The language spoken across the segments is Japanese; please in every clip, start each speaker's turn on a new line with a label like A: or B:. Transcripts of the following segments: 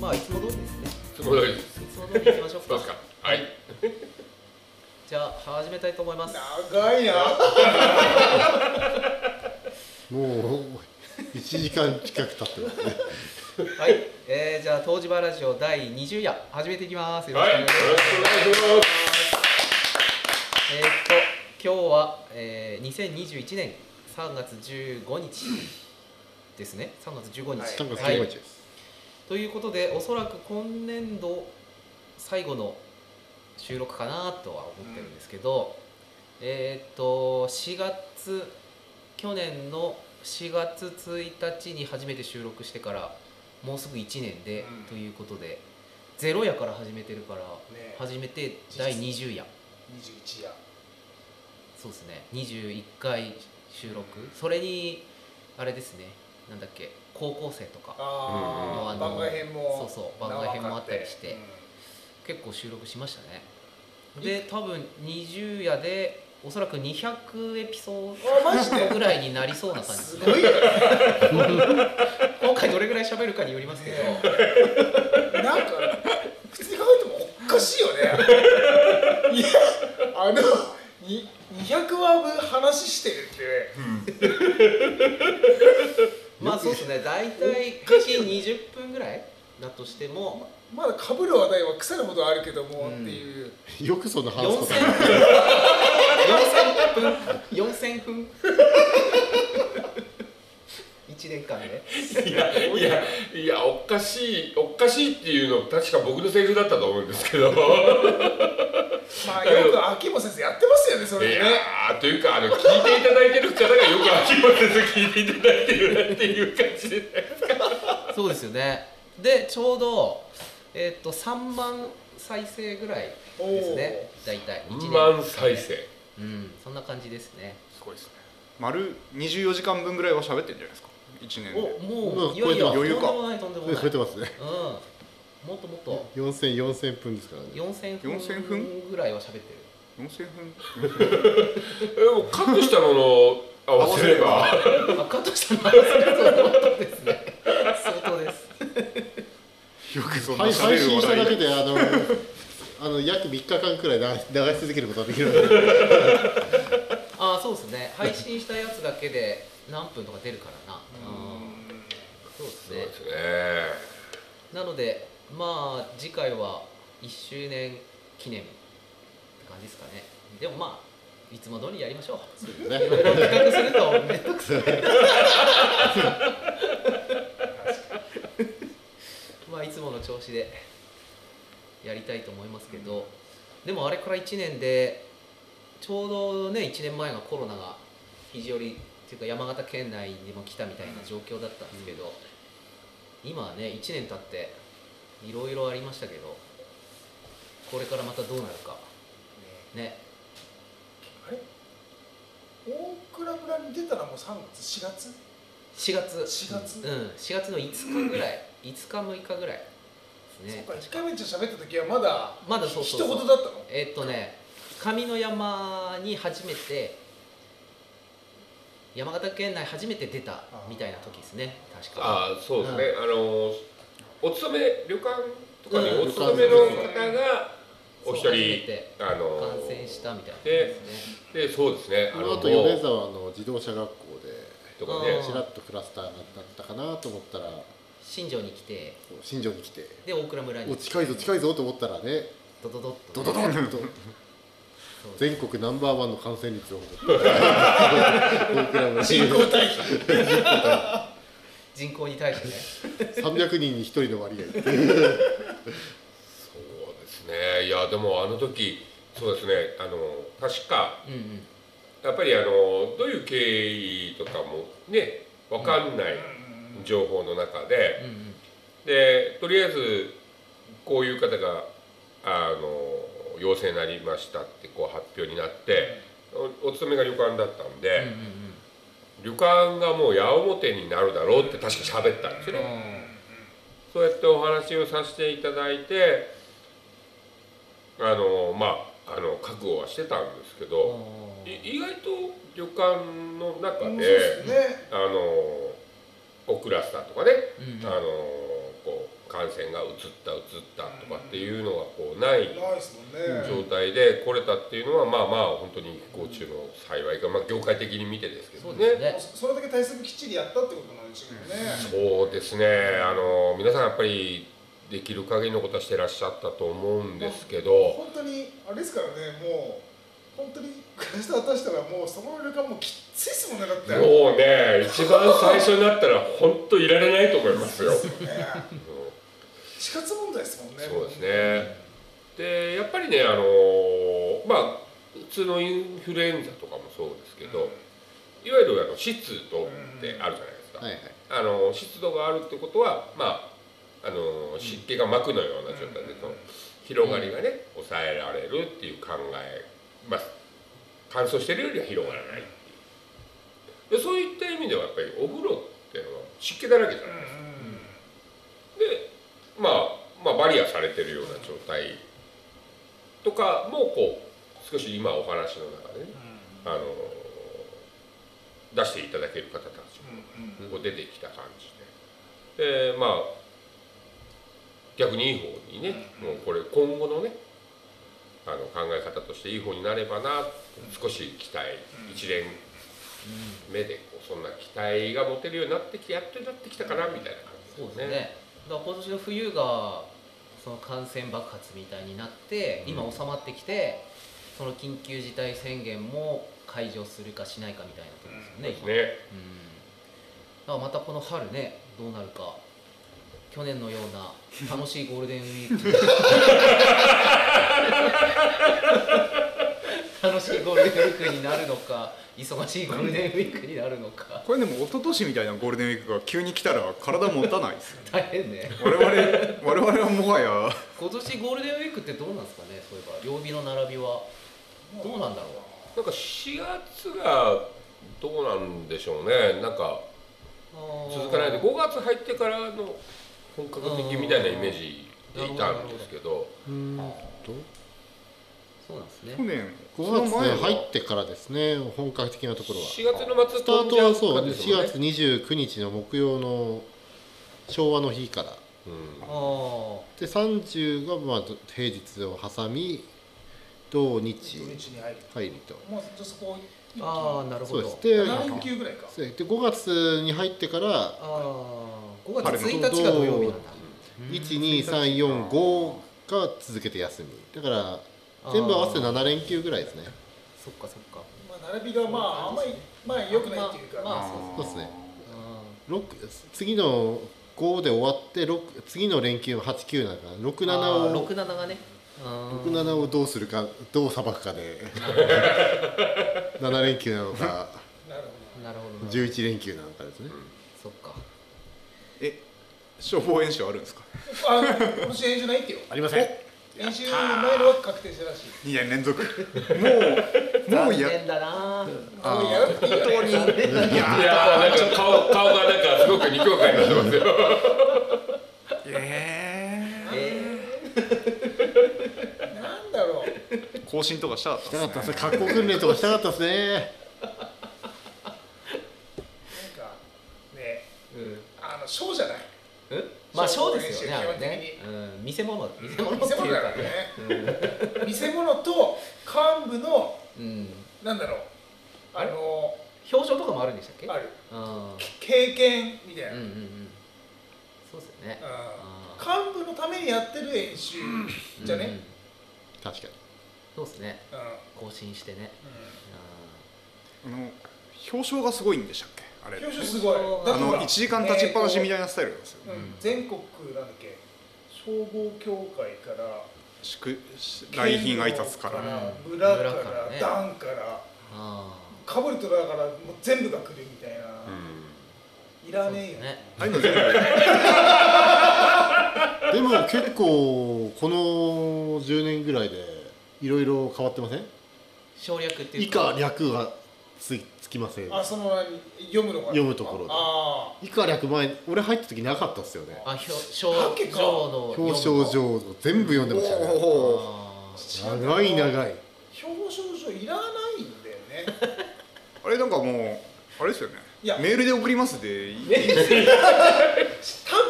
A: まあいつも通りですね。
B: そこだけです
A: いつも通り行きましょう
B: そうで
A: か
B: す。かはい
A: じゃあ始めたいと思います。
C: 長いな
D: もう1時間近く経ってますね。
A: はい、えー、じゃあ東芝ラジオ第20夜始めていきます。よろしくお
B: は
A: 願い
B: いよろ
A: します。
B: しくお願いします
A: えー、っと今日は、えー、2021年3月15日ですね。3月15日。
C: はい
D: 3月
A: はい
D: 15日です。
A: ということでおそらく今年度最後の収録かなとは思ってるんですけど、えーっと4月去年の4月1日に初めて収録してからもうすぐ1年で、
C: うん
A: ということでゼロ夜から始めてるから、
C: ね
A: 初めて第20夜
C: 21夜
A: そうですね21回収録それにあれですねなんだっけ高校生とか
C: あ
A: う
C: あ
A: ん
C: 番外編も
A: そうそう番外編もあったりして結構収録しましたねで多分20夜でおそらく200エピソ
C: あマジ
A: ード
C: で
A: ぐらいになりそうな感じ です
C: す
A: ね
C: ごいよね
A: 今回どれぐらい喋るかによりますけど
C: なんか普通に考えてもおかしいよね いやあのに200話分話してるって
A: まあそうですね大体平均20分ぐらいだとしても
C: まだ被る話題は腐るほどあるけどもっていう
D: よくそんな話すことある。
A: 4000分4000分1年間で
B: いやいやいやおかしいおかしいっていうの確か僕のセリフだったと思うんですけどい
C: まあよく秋元先生やってますよねそれね
B: やーというかあの聞いていただいてる方がよく秋元先生聞いていただいてるなっていう感じで
A: そうですよねでちょうど、えー、と3万再生ぐらいですね大体1
B: 2
A: 年
B: 万再生
A: うんそんな感じですね
B: すごいですね
E: 丸24時間分ぐらいは喋ってるんじゃないですか1年で
A: も
D: う
A: うんいやいやと
D: 超
A: ん
D: え
A: で
D: てます
A: もないとんでもない
D: 増えてますね。
A: うんもっともっと
D: 4000、4000分ですからね。
A: 4000
E: 4000
A: 分
E: 分
A: ぐらいは喋ってる
E: 4000分
B: えもうカットしたものを合わせれば
A: あカットしたのは相当ですね相当です
E: よくそんな
D: はい、
E: 喋
D: 配
E: る
D: 信
E: 話
D: した
E: 題
D: だけで、あの、あの約3日間くらい流し流し続けることができるので、
A: ああそうですね配信したやつだけで何分とか出るからなうん そうです
B: そう
A: ね
B: ですね
A: なのでまあ次回は1周年記念って感じですかねでもまあいつも通りやりましょう
D: ね
A: いろいろ企画するとめんどくさいまあいつもの調子でやりたいと思いますけどでもあれから1年でちょうどね1年前がコロナが肘折っていうか山形県内にも来たみたいな状況だったんですけど、今はね1年経っていろいろありましたけどこれからまたどうなるかね
C: あれ大蔵村に出たらもう3月4月
A: 4月
C: 4
A: う
C: 月
A: ん4月の5日ぐらい5日6日ぐらいです
C: そ
A: ね
C: っか1回目じゃ喋った時はまだ
A: まだそうそうそう
C: 一言だったの
A: えーっとね上野山に初めて山形県内初めて出たみたいな時ですね確か
B: ああそうですね、あのお勤め旅館とかに
A: うん
B: お勤めの方が
A: そう
B: お一
A: 初め
B: 人
A: て
B: あの
A: 感染したみたいな
B: で
A: ですね
B: でそうですね
D: この後
B: もう
D: 米沢の自動車学校
B: とか
A: う
B: ね
A: ん
D: で、ちらっとクラスターがなったかなと思ったら、こ
A: 新庄に来て
D: う新庄に来て、
A: で大倉村に
D: お近いぞ、近いぞと思ったらね、
A: ドドドッと
D: ドドドンと
A: そう
D: 全国ナンバーワンの感染率を誇って、大倉村
C: 人工対比
A: 人口に対してね
D: 300人に1人の割合っていう。
B: そうですねいやでもあの時そうですねあの確か
A: うんうん
B: やっぱりあのどういう経緯とかもね分かんない情報の中で、
A: うんうん
B: でとりあえずこういう方があの陽性になりましたってこう発表になっておお勤めが旅館だったん
A: うんう
B: で、
A: んうん
B: 旅館がもう矢面になるだろうって確か喋ったんですよね。そうやってお話をさせていただいてあのまああの覚悟はしてたんですけど、
A: おー
B: い意外と旅館の中
C: うんそ
B: で、
C: うですね
B: あのオクラスターとかね、
A: うんうん
B: あのこう感染がうつったうつったとかっていうのがこうない
C: ないですもんね
B: 状態で来れたっていうのはまあまあ本当に不幸中の幸いか、まあ、業界的に見てですけ
A: そ
B: ど
A: う
B: ね
A: ですね
C: そそれだけ対策きっちりやったってことなんでしょう
B: そう
C: ね
B: ですねあの皆さんやっぱりできる限りのことはしてらっしゃったと思うんですけど
C: 本当にあれですからねもう本当に暮らした私たらもうそこの旅館もうきっついですもんねだってね
B: もうね一番最初になったら 本当いられないと思いますよ。うん
C: 死活問題ですもんね
B: そうですねでやっぱりねあのまあ普通のインフルエンザとかもそうですけど、いわゆるあの湿度ってあるじゃないですか、
D: はいはい
B: あの湿度があるってことは、まあ、あの湿気が膜のような状態でその広がりがね抑えられるっていう考え、まあ、乾燥してるよりは広がらないっていうでそういった意味ではやっぱりお風呂っていうのは湿気だらけじゃないですか。で、まあ、まあバリアされてるような状態とかもこう少し今お話の中でね、あの出していただける方たちもこう出てきた感じででまあ逆にいい方にね、もうこれ今後のねあの考え方としていい方になればな少し期待一連目でこうそんな期待が持てるようになってきやっとなってきたかなみたいな感じ
A: そうですねだから今年の冬がその感染爆発みたいになって今収まってきて、その緊急事態宣言も解除するかしないかみたいなところですよね、
B: そう
A: 今
B: ですね
A: うんだからまたこの春ねどうなるか去年のような楽しいゴールデンウィーク楽しいゴールデンウィークになるのか忙しいゴールデンウィークになるのか
E: これでも一昨年みたいなゴールデンウィークが急に来たら体持たないです よね
A: 大変ね
E: 我々我々はもはや
A: 今年ゴールデンウィークってどうなんですかねそういえば曜日の並びはどうなんだろ
B: なんか4月がどうなんでしょうねなんか
A: う
B: 続かないで
A: ゴ
B: 5月入ってからの本格的みたいなイメージでいたんですけど
D: うーんと
A: そうなんですね
E: 去年
D: 5月
E: は
D: に入ってからですね本格的なところは
B: 4月の末
D: スタートはそう
B: 飛ん
D: 4
B: じゃう感じです
D: 月29日の木曜の昭和の日から
B: も
A: あ
B: んね
A: あ
D: で30がまあ平日を挟み土日
C: 土日に入る
D: 入りと
C: もうじゃあそこ
A: ああなる
D: そ
A: ほ
D: う
A: ど
D: で
C: 一
D: す
C: 気
D: で
C: に7連休ぐらいか
D: そうで5月に入ってから
A: ああ5
E: 晴
A: 月
E: れの
A: 1日が土曜日なんだ
D: 12345が続けて休みだから
A: あー
D: 全部合わせて7連休ぐらいですね
A: そっかそっか
C: まあ並びがまああんまりまあ良くないっていうか
A: まあまあ
D: そうですね
A: あ
D: 六次の5で終わって六次の連休は89だから
A: ーあー
D: 67を
A: 67がねあー
D: 67をどうするかどうさばくかで 7連休なのか
C: なるほ
A: なるほどな
D: 11連休なのかですね
A: そっか
E: え消防演習あるんですか
C: どあ今年演習ないってよ
D: ありません
C: 演習前の枠確定してるらしい
E: 2年 連続もうも
A: 残
E: うや
A: 念だな
C: もうやるっていいよね
A: 残念だない
B: やーなんか顔顔がなんかすごくにこやかになってますよ
E: え
A: え
C: なんだろう
E: ー更新とかしたかっ
D: したたか
E: っ
D: った
E: す
D: ですね格好訓練とかしたかったですね
C: なんかね
A: ーうん
C: あのショーじゃない
A: うんまあそうですよねあれね
C: 基、
A: うん、見せ物見せ物っ
C: 見
A: て
C: せ
A: い
C: 物
A: う
C: だ
A: か
C: からね見せ物と幹部の
A: うん、
C: なんだろうあの
A: 表彰とかもあるんでしたっけ
C: ある
A: あ
C: 経験みたい
A: ー
C: な、
A: う
C: うんん
A: うんうんそうですよねあ
C: 幹部のためにやってる演習
A: ー
C: じゃね、
A: うんうん
D: 確かに
A: そうですね
C: うん
A: 更新してね
E: あの表彰がすごいんでしたっけあれ
C: 表彰すごい
A: あの
C: だ
E: あ
C: ってほ
E: の
C: ら
E: 1時間立ちっぱなしみ
C: えー
E: たいなスタイルなんですよ
C: とうん全国なんだっけ消防協会から
E: 祝来賓挨拶か
C: 県
E: ら
C: の村から
A: 村からね
C: 団から
A: あーあ
C: かぶるとだからもう全部が来るみたいな、いら
A: ー
C: ねえよ、
A: そうですね
E: ああいうの全部
D: でも結構この10年ぐらいでいろいろ変わってません
A: 省略ってい
D: 以
A: うか
D: 下略がつつきません
C: あその何読むのかな
D: 読むところで
C: あ
D: 以下略前俺入った時なかったっすよね
A: あ表彰
C: だっけか
A: 状の
D: 表彰状を全部読んでましたよね
A: あー
D: 長い
C: あ
D: 長い
C: 表彰状いらないんだよね
E: あれなんかもうあれですよね
C: いや
E: メールで送りますでいい
C: 多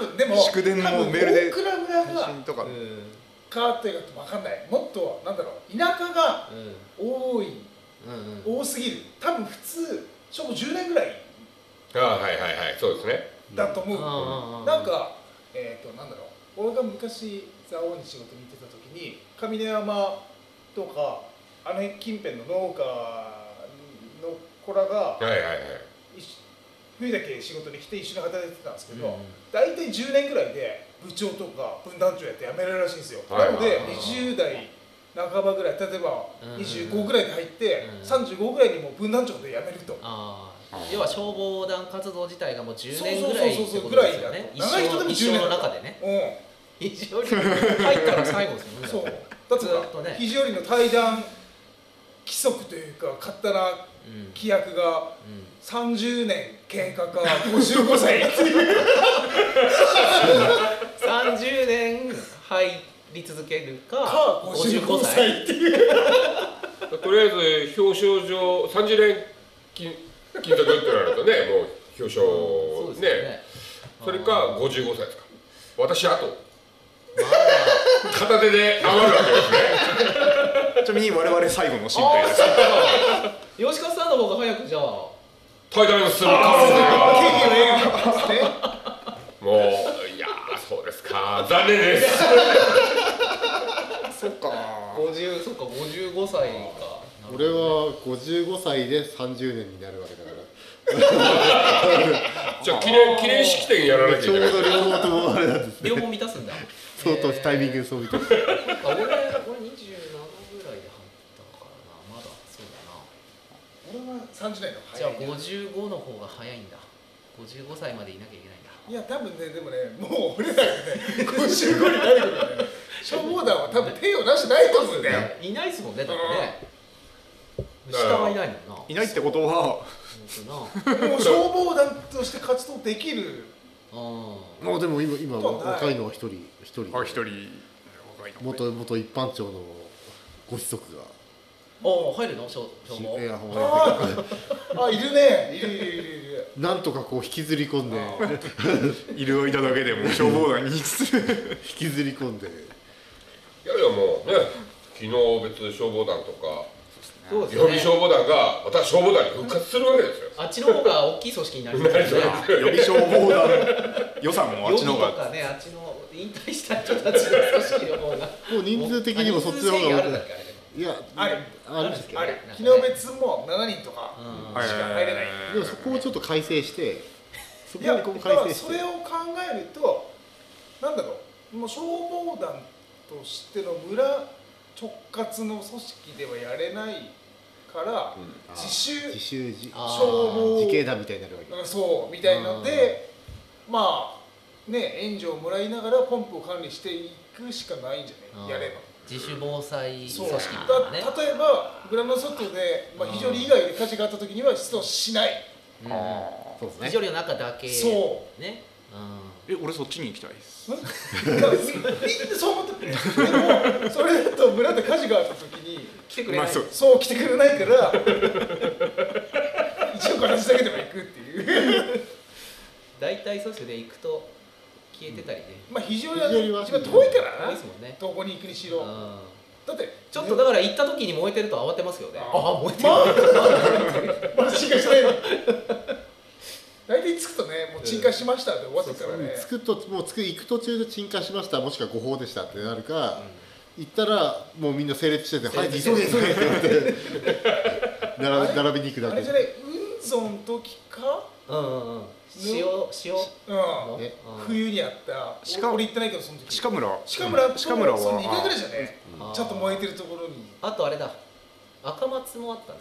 C: 分でも
E: 祝電のメールで
C: 多分大倉村
E: 写
C: が
E: 真とか、
A: うん
C: かっていうか分かんないもっとなんだろう田舎が
A: うん
C: 多い
A: うんうん
C: 多すぎる多分普通ちょうど10年ぐらい
B: ああはいはいはいそうですね
C: だと思う、
A: ああ
C: なんかえっ、となんだろう俺が昔蔵王に仕事に行ってた時に上根山とかあの辺近辺の農家の子らが
B: はいはいはい
C: 一緒冬だけ仕事に来て一緒に働いてたんですけど、
A: うんうん
C: 大体10年ぐらいで部長とか分団長やって辞められるらしいんですよ、
B: はいはい
C: なので20代半ばぐらい例えば
A: うんうん
C: 25ぐらいで入って、
A: うん
C: 35ぐらいにもう分団長で辞めると、
A: ああ要は消防団活動自体がもう10年
C: そうそうそうそう
A: ぐらいってことですよね
C: ぐらいだと長い人でも
A: 一生
C: 10年
A: の中で ね
C: う
A: 一生に入ったら最後ですよね
C: ん、そうだ
A: ず
C: っ
A: ってとね
C: 肘折の対談規則というか勝手な
A: うんうん
C: 規約が30年経過 か55歳っていう
A: 30年入り続ける
C: か
A: か
C: 55
A: 55
C: 歳
A: 歳
C: っていう
B: とりあえず表彰状30連金金属ってなるとねもう表彰
A: そうです
B: ね
A: よ
B: それか55歳ですか私あと
A: まあ
B: 片手で余るわけですね
E: ちなみに我々最後の心
A: ああ
E: 配です
A: そうか吉川さんの方が早くじゃあ
B: 対談する可能性が
C: ね
B: もういやーそうですか残念です
E: そっか
A: 50そうか55歳か
D: 俺は55歳で30年になるわけだから
B: じゃあ記念記念式典やらなきゃい
D: ちょ
B: け
D: う
B: ない
D: ど両方ともあれなんです
A: 両方満たすんだ
D: 相当タイミング
A: え
D: で
A: ー
D: そういうと
A: そっか俺俺27ぐらいで入ったからなまだそうだな
C: 俺は30年の
A: じゃあ
C: 早いな
A: 55の方が早いんだ55歳までいなきゃいけないんだ
C: いや多分ねでもねもう俺らがね55になることね消防団は多分手を出してないと思うんだよ
A: いないっすもんねだって
B: うん
A: ね下はいないもんな本
E: いないってことは
A: 当
C: もう消防団として活動できる
A: な
D: もうでも今今
C: そうだね
D: 若いのは一人一人
E: あ一人若いの
D: 元元一般庁のご子息が
A: おお入るの消消防
D: いやほら
C: あーあいるねいるいるいるい る
D: なんとかこう引きずり込んで
E: いる間だけでも消防団に
D: 引きずり込んで
B: いやいやもうね昨日別消防団とか
A: そうです
B: 予
A: よ
B: 備
A: ね
B: 消防団がまた消防団に復活するわけですよ
A: あっちの方が大きい組織になりますよね
E: 予備消防団予算もあっ
A: 予
E: ちの
A: 備
E: 方
A: と
E: が
A: かねあっちの引退した人たちの組織の方が
D: もう人数的にもそっちの方
A: 人数制限あ
D: が
A: るんだっけあれでも
D: いや
C: あれ
D: あるんですけど
C: あれ
A: なんか
C: 昨
A: ね
C: 日別も7人とか
A: うん
E: はい
C: しか入れない
D: でもそこをちょっと改正してそ
C: い
D: こ
C: や
D: を
C: だ
D: こう
C: か
D: 改
C: ら
D: 正し
C: そ
D: て
C: れを考えるとなんだろうもう消防団としての村直轄の組織ではやれないから
D: あ
C: 自習
D: 自習じ
A: あー
C: 消防
D: 自警団みたいになるわけ
C: うんそうみたいのでまあね援助をもらいながらポンプを管理していくしかないんじゃないやれば
A: 自主防災組
C: そう
A: 織
C: だ
A: だからね
C: 例えば村の外で、まあ、
A: うん
C: 非常に以外で火事があった時には出動しない
A: うん
D: そうです
A: 非
D: ね
A: 常に中だけ
C: そ
A: ねうん
E: え俺そっちに行きたいです
C: うんだからみみんなそう思ってるでもそれだと村で火事があった時に
A: 来てくれない
E: まあそう
C: そう来てくれないから 一応形だけでも行くっていう
A: 大体組織で行くと消えてたりね
C: まあ非常
D: 非常に
C: に
D: は
C: 一番遠いから
A: 多い
C: な
A: ですもんね
C: どこに行くにし
A: う
C: ろ
A: ん
C: だって
A: ちょっとだから行った時に燃えてると慌てますよね
C: あ
A: あ燃えてる
C: まあ、まあ、進化しないの。大体着くとね、もう鎮火しましたって終わってからね。
D: つくともうつく行く途中で鎮火しましたもしくは誤報でしたってなるか、行ったらもうみんな整列してて「はい急
A: 整
D: げ
A: 列
D: 急げ」って言われて 並べ並びに行くだ
C: あ
D: け
C: れじゃない、雲蔵の時か、
A: うんうんうん塩塩
C: う
D: え
C: ん、冬にあった。
E: しか
C: 俺行ってないけど、その時。
E: 鹿村
C: 鹿村と、
E: 鹿村は
C: その二回ぐらいじゃね、
A: うん
C: ちょっと燃えてるところに。
A: あとあれだ赤松もあったな、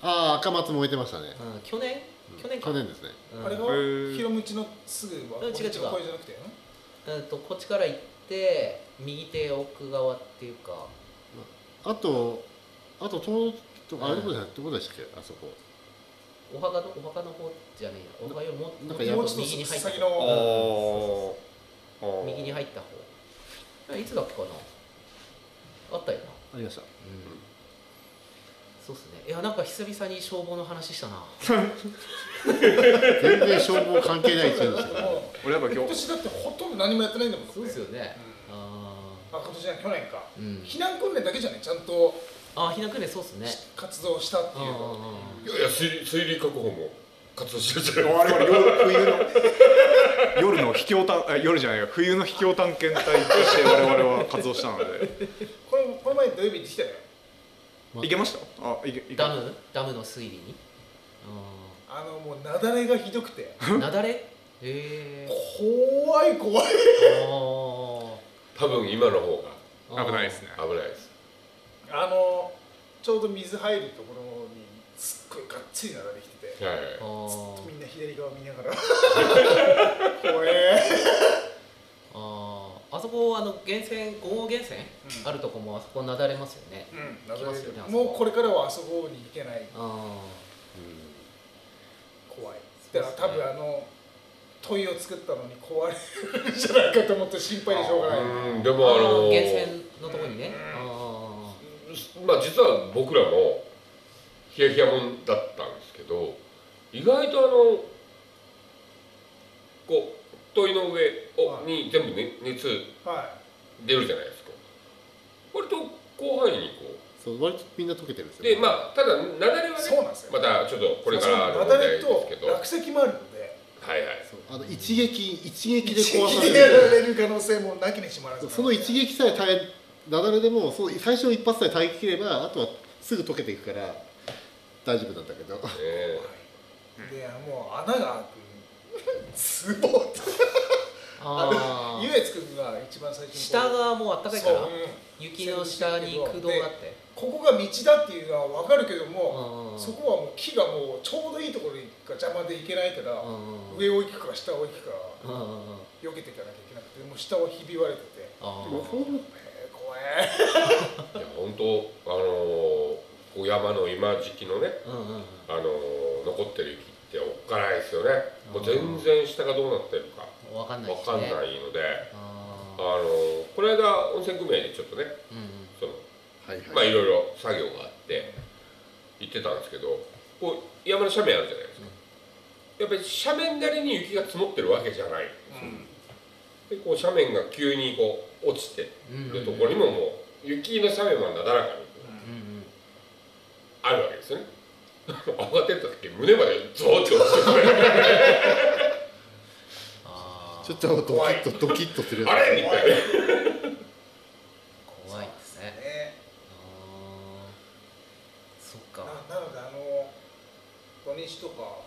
D: ああ赤松燃えてましたね、
A: うん、去年去年か、
D: 去年ですね
A: うん
C: あれが
E: へー
C: 広むちのすぐは、
A: うん違う違う
C: こっちの声じゃなくて。
A: うんとこっちから行って右手奥側っていうか
D: あとあと東あれどこじゃないどこでしたっけあそこ
A: お墓のお墓の方じゃねえやお墓よりも
D: なん
A: も
D: かや
C: も
D: ば
C: う
D: い
C: ちょっ
A: 右に
C: と
A: 入った
C: 先の。
E: ああ
A: 右に入った方いつだっけかなあったよな、
D: ありました
A: そうですねいやなんか久々に消防の話した な
D: 全然消防関係ない一年
C: だ
D: で
C: っ
D: す
C: て
D: よね
C: もう
E: 俺やっぱ今
C: 今
E: 日
C: 年だってほとんど何もやってないんだもんね
A: そうですよね、
C: う
A: あ
C: んあ今年じゃない去年か
A: ーうん
C: 避難訓練だけじゃねちゃんと
A: あーひなくれそうですね
C: 活動したって
A: う
C: い
A: ん
C: う
A: うん
C: の
A: うん
B: いやいや水利水利確保も活動してるじゃない
E: 我々夜冬の夜の秘境探あ夜じゃないよ冬の秘境探検隊として我々は活動したので
C: これこの前土曜日行ってきたよ
E: 行けましたあ行け行け
A: ダムダムの推理 に
C: あのもう雪崩がひどくて
A: あー雪崩へえ
C: 怖い怖い
A: あ
B: 多分今の方
A: ー
E: 危ないですね
B: が 危ないです
C: あのちょうど水入るところにすっごいがっつりなだれきててずっ
B: はい
A: あー
C: とみんな左側見ながら 怖え
A: あーあそこあの源泉五号源泉、
C: うん
A: あるとこもあそこなだれますよね
C: うん
A: 来ますよねあそこ
C: もうこれからはあそこに行けない
A: あ
C: 怖い
A: そう
C: だ
A: っす
C: から
A: ね
C: 多分あの問いを作ったのに壊れるんじゃないかと思って心配でしょうがない
B: うんで
A: ー
B: もあ
A: ー
B: の
A: 源泉のとこにね、あ
B: まあ実は僕らもヒヤヒヤもんだったんですけど意外とあのこう問いの上を
C: はい
B: に全部、ね、熱
C: は
B: 出るじゃないですか割と広範囲にこ
D: そう割とみんな溶けてるんです
B: う
D: よ
B: でまあただ雪崩
C: い
B: は
C: そう
B: ね
C: なんですよ
B: またちょっとこれからの
C: 雪
B: 問題
C: 崩
B: です
C: と
B: けどは
C: 落石もあるので
B: いはい
D: そうあの一撃一撃で壊
C: 一
D: さ
C: 撃
D: れ
C: でや
D: る
C: られる可能性もなきにしもあらずな
D: そ
C: の
D: う
C: で
D: その一撃さえ耐えなだれでもその最初の一発さえ耐えきればあとはすぐ溶けていくから大丈夫なんだけど
B: え
C: でもう穴が開く壺って
A: ーあー
C: 優越君が一番最初に
A: 下がもうあったかいか
C: そ
A: ら
C: ううん
A: 雪の下に空洞があって
C: ここが道だっていうのは分かるけども、
A: うん
C: そこはもう木がもうちょうどいいところが邪魔で行けないから、
A: うん
C: 上を行くか下を行くか
A: うんうんうん
C: 避けていかなきゃいけなくてもう下はひび割れてて
A: あ
D: もうそ
A: ー
D: う思う
C: えー怖え
B: いや本当あのこう山の今時期のね
A: うんうんうん
B: あの残ってる雪っておっかないですよねもう全然下がどうなってるか
A: わかんない
B: わ
A: です
B: かん
A: ね
B: ないので、
A: あ
B: あ
A: ー
B: のこの間温泉組合でちょっとね
A: うんうん
B: その
D: はい
B: まあ
D: はい
B: いろいろ作業があって行ってたんですけどこう山の斜面あるじゃないですか、やっぱり斜面なりに雪が積もってるわけじゃないでこう斜面が急にこう落ちて
A: うんうん
B: るところにももう雪の斜面はなだらかに
A: うんうん
B: あるわけですよね 上がってった時胸までゾーって落ちてくる
A: あー
D: ちょっとドキッとドキッとする
B: あれみたいな
A: 怖いですね
C: ね
A: あーそっ
C: な
A: か
C: なのであの土日とか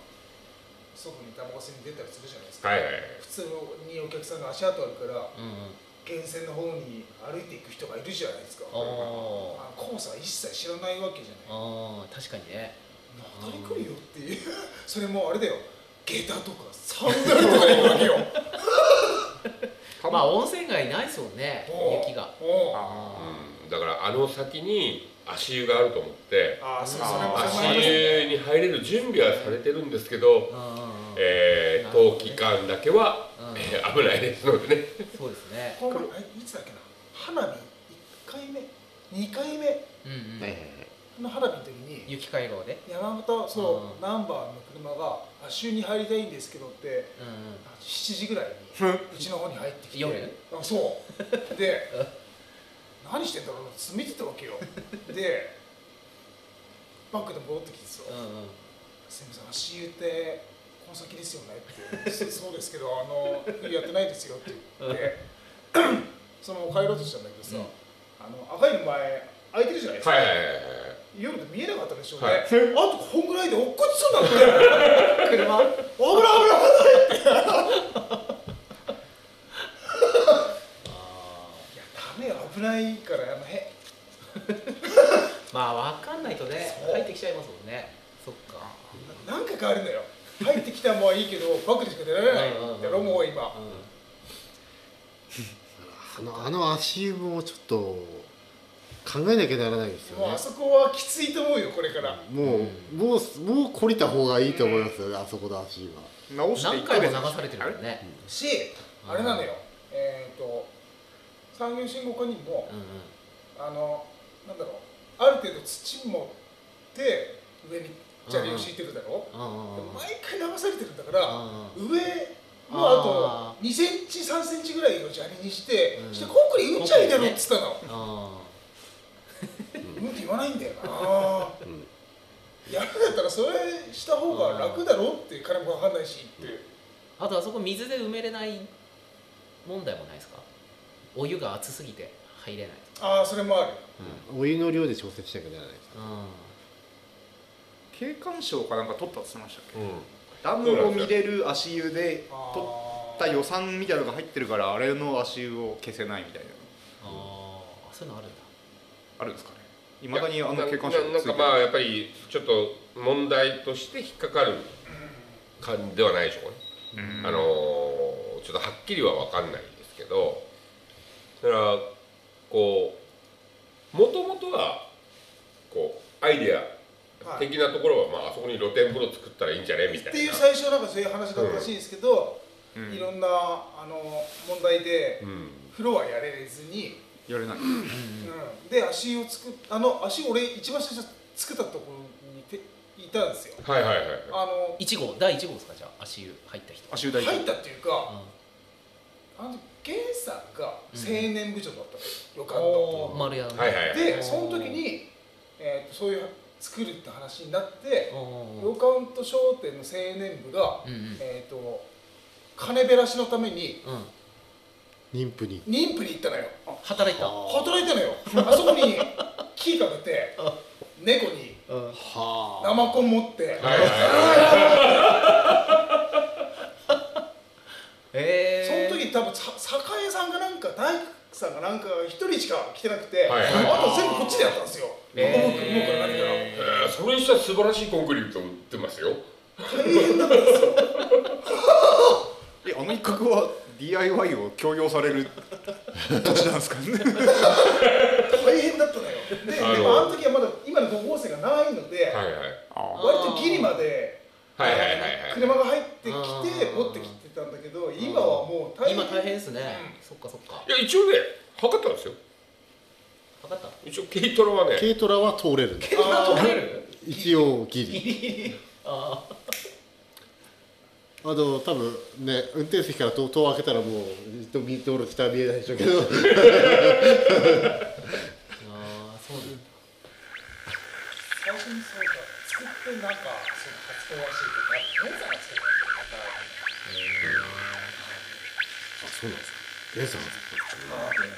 C: 外にタバコ吸いに出たりするじゃないですか、
B: はいはい
C: 普通にお客さんの足跡あるか
A: う
C: ら
A: んうん
C: 源泉の方に歩いていく人がいるじゃないですか
A: あ
C: あコースは一切知らないわけじ
A: ー
C: ゃない
A: あー確かにね
C: なだれ来るよっていう それもあれだよ下駄とかサンダルとかいるわけよ
E: 多分
A: まあ温泉街ないですもんね
C: おう
A: 雪が
C: おう
A: あ
B: うん、だからあの先に足湯があると思って
C: ああそれ
A: あー
C: それもそれもあり
B: 足
C: ます
B: 湯に入れる準備はされてるんですけど
A: ー、うんうんうん
B: えー、冬季間だけは、
A: うん
B: えー危ないですのでね
A: そうですね
C: この前えいつだっけな花火1回目2回目
A: うんうん
D: はいはい
C: の花火の時に
A: 雪回廊で
C: 山本その
A: うん
C: ナンバーの車が「足湯に入りたいんですけど」って
A: うんうん
C: あ7時ぐらいにうちの方に入ってきて
A: 夜
C: あそ うで何してんだろうなって見てたわけよでバックで戻ってきてさ
A: うんうん
C: 「すみません足湯ってこの先ですよね」って「そそうですけどあのやってないですよ」って言って その帰ろうとしたんだけどさ、
A: うん
C: あの赤いの前空いてるじゃないですか、
B: はいはいはい
C: 夜で見えなかったでしょうね、
B: はい
C: あとこんぐらいで落っこちそうになって
A: 車
C: 危ない危ないいやダメよ危ないからあのへ
A: まあわかんないとね
C: そう
A: 入ってきちゃいますもんねそっか
C: なんか変わるのよ入ってきたもんはいいけどバックでしか出られない
A: うんうんうん
C: だろもう今
A: う
D: あのあの足湯もちょっと考えなきゃならないですよ
C: もう
D: ね
C: あそこはきついと思うよこれから
D: もう、もうもう懲りた方がいいと思いますよね、あそこの足湯は
E: 直
A: ん
E: して
A: 何
E: 一ヶ
A: 回も
E: 月
A: 流されてるからね
C: しあれなのよえっ、と産業振興課にも
A: うんうん
C: あのなんだろうある程度土もって上に砂利を敷いてるだろ
A: うんうんうん
C: 毎回流されてるんだから
A: うん
C: 上もうあと2センチ3センチぐらいを砂利にして
A: うん
C: してコンクリ打っちゃいけろっつったの
A: あ
C: うんって言わないんだよな
D: うん
C: やるんだったらそれした方が楽だろって金もかかんないしって
A: ーあとあそこ水で埋めれない問題もないですかお湯が熱すぎて入れない
C: ああそれもある
D: お湯の量で調節しなきゃならないです
A: う
E: 景観賞かなんか取ったって言ってましたっけ
B: うん
E: ダムを見れる足湯で取
C: あ
E: った
C: ー
E: 予算みたいなのが入ってるからあれの足湯を消せないみたいな
A: ああそういうのあるんだ
E: あるんですかねいまだにあの景観賞
B: ななんかまあやっぱりちょっと問題として引っかかる感じではないでしょうかね、あのーちょっとはっきりは分かんないですけどだからこうもともとはこうアイデア的なところは、まああそこに露天風呂作ったらいいんじゃねみたい
C: って
B: な
C: いう最初なんかそういう話だったらしいんですけど、いろんなあの問題で
B: うん
C: 風呂はやれずに、
E: やれない
C: うんで足を作っあの足俺一番最初作ったところにていたんですよ
B: はいはいはいはい
C: あの
A: 1号第1号ですかじゃあ足湯入った人
E: 足湯大事
C: 入ったっていうか
A: う
C: あの源さんが青年部長だったの、旅館
A: ん
C: の
A: おー丸屋の
B: はいはいはい
C: でその時に、えー、とそういう作るって話になって旅
A: おー
C: 館と商店の青年部が、
A: うんうん
C: えっ、と金べらしのために
A: うん
D: 妊婦に
C: 妊婦に行ったのよ
A: 働いた
D: は
C: 働いたのよあそこに木かけて
A: あ
C: 猫に
A: うん
D: は
C: 生コン持って
B: はいはい
A: ええ
C: その時多分さ栄さんがなんか大工さんがなんか一人しか来てなくて、
B: はいはい
C: あと全部こっちでやったんですよ
A: え
C: 僕僕が何から
B: えーそれにしては素晴らしいコンクリート売ってますよ
C: 大変だったんですよ
E: えあの一角は DIY を強要される土地なんですかね
C: 大変だったのよで
B: あの
C: でもあの時はまだ今の5号線がないので、
B: はいはい
E: あ
C: 割とギリまで
B: はいはいはいはい
C: 車が入ってきて
A: うん
C: 持ってきてたんだけど今はもう大変
A: 今大変ですね、そっかそっか
B: いや一応ね測ったんですよ
A: 分かった
B: 一応軽トラはね
D: あ軽トラは通れる
A: 毛が取れる
D: 一応ギリ
A: あー
D: あの多分ね運転席からドドア開けたらもう道道路下見えないでしょうけど
A: あーそうなんだ
C: 最初にそうか作ってなんかその活動らしいとか皆さんが作った
D: そうなんですか
C: んだよ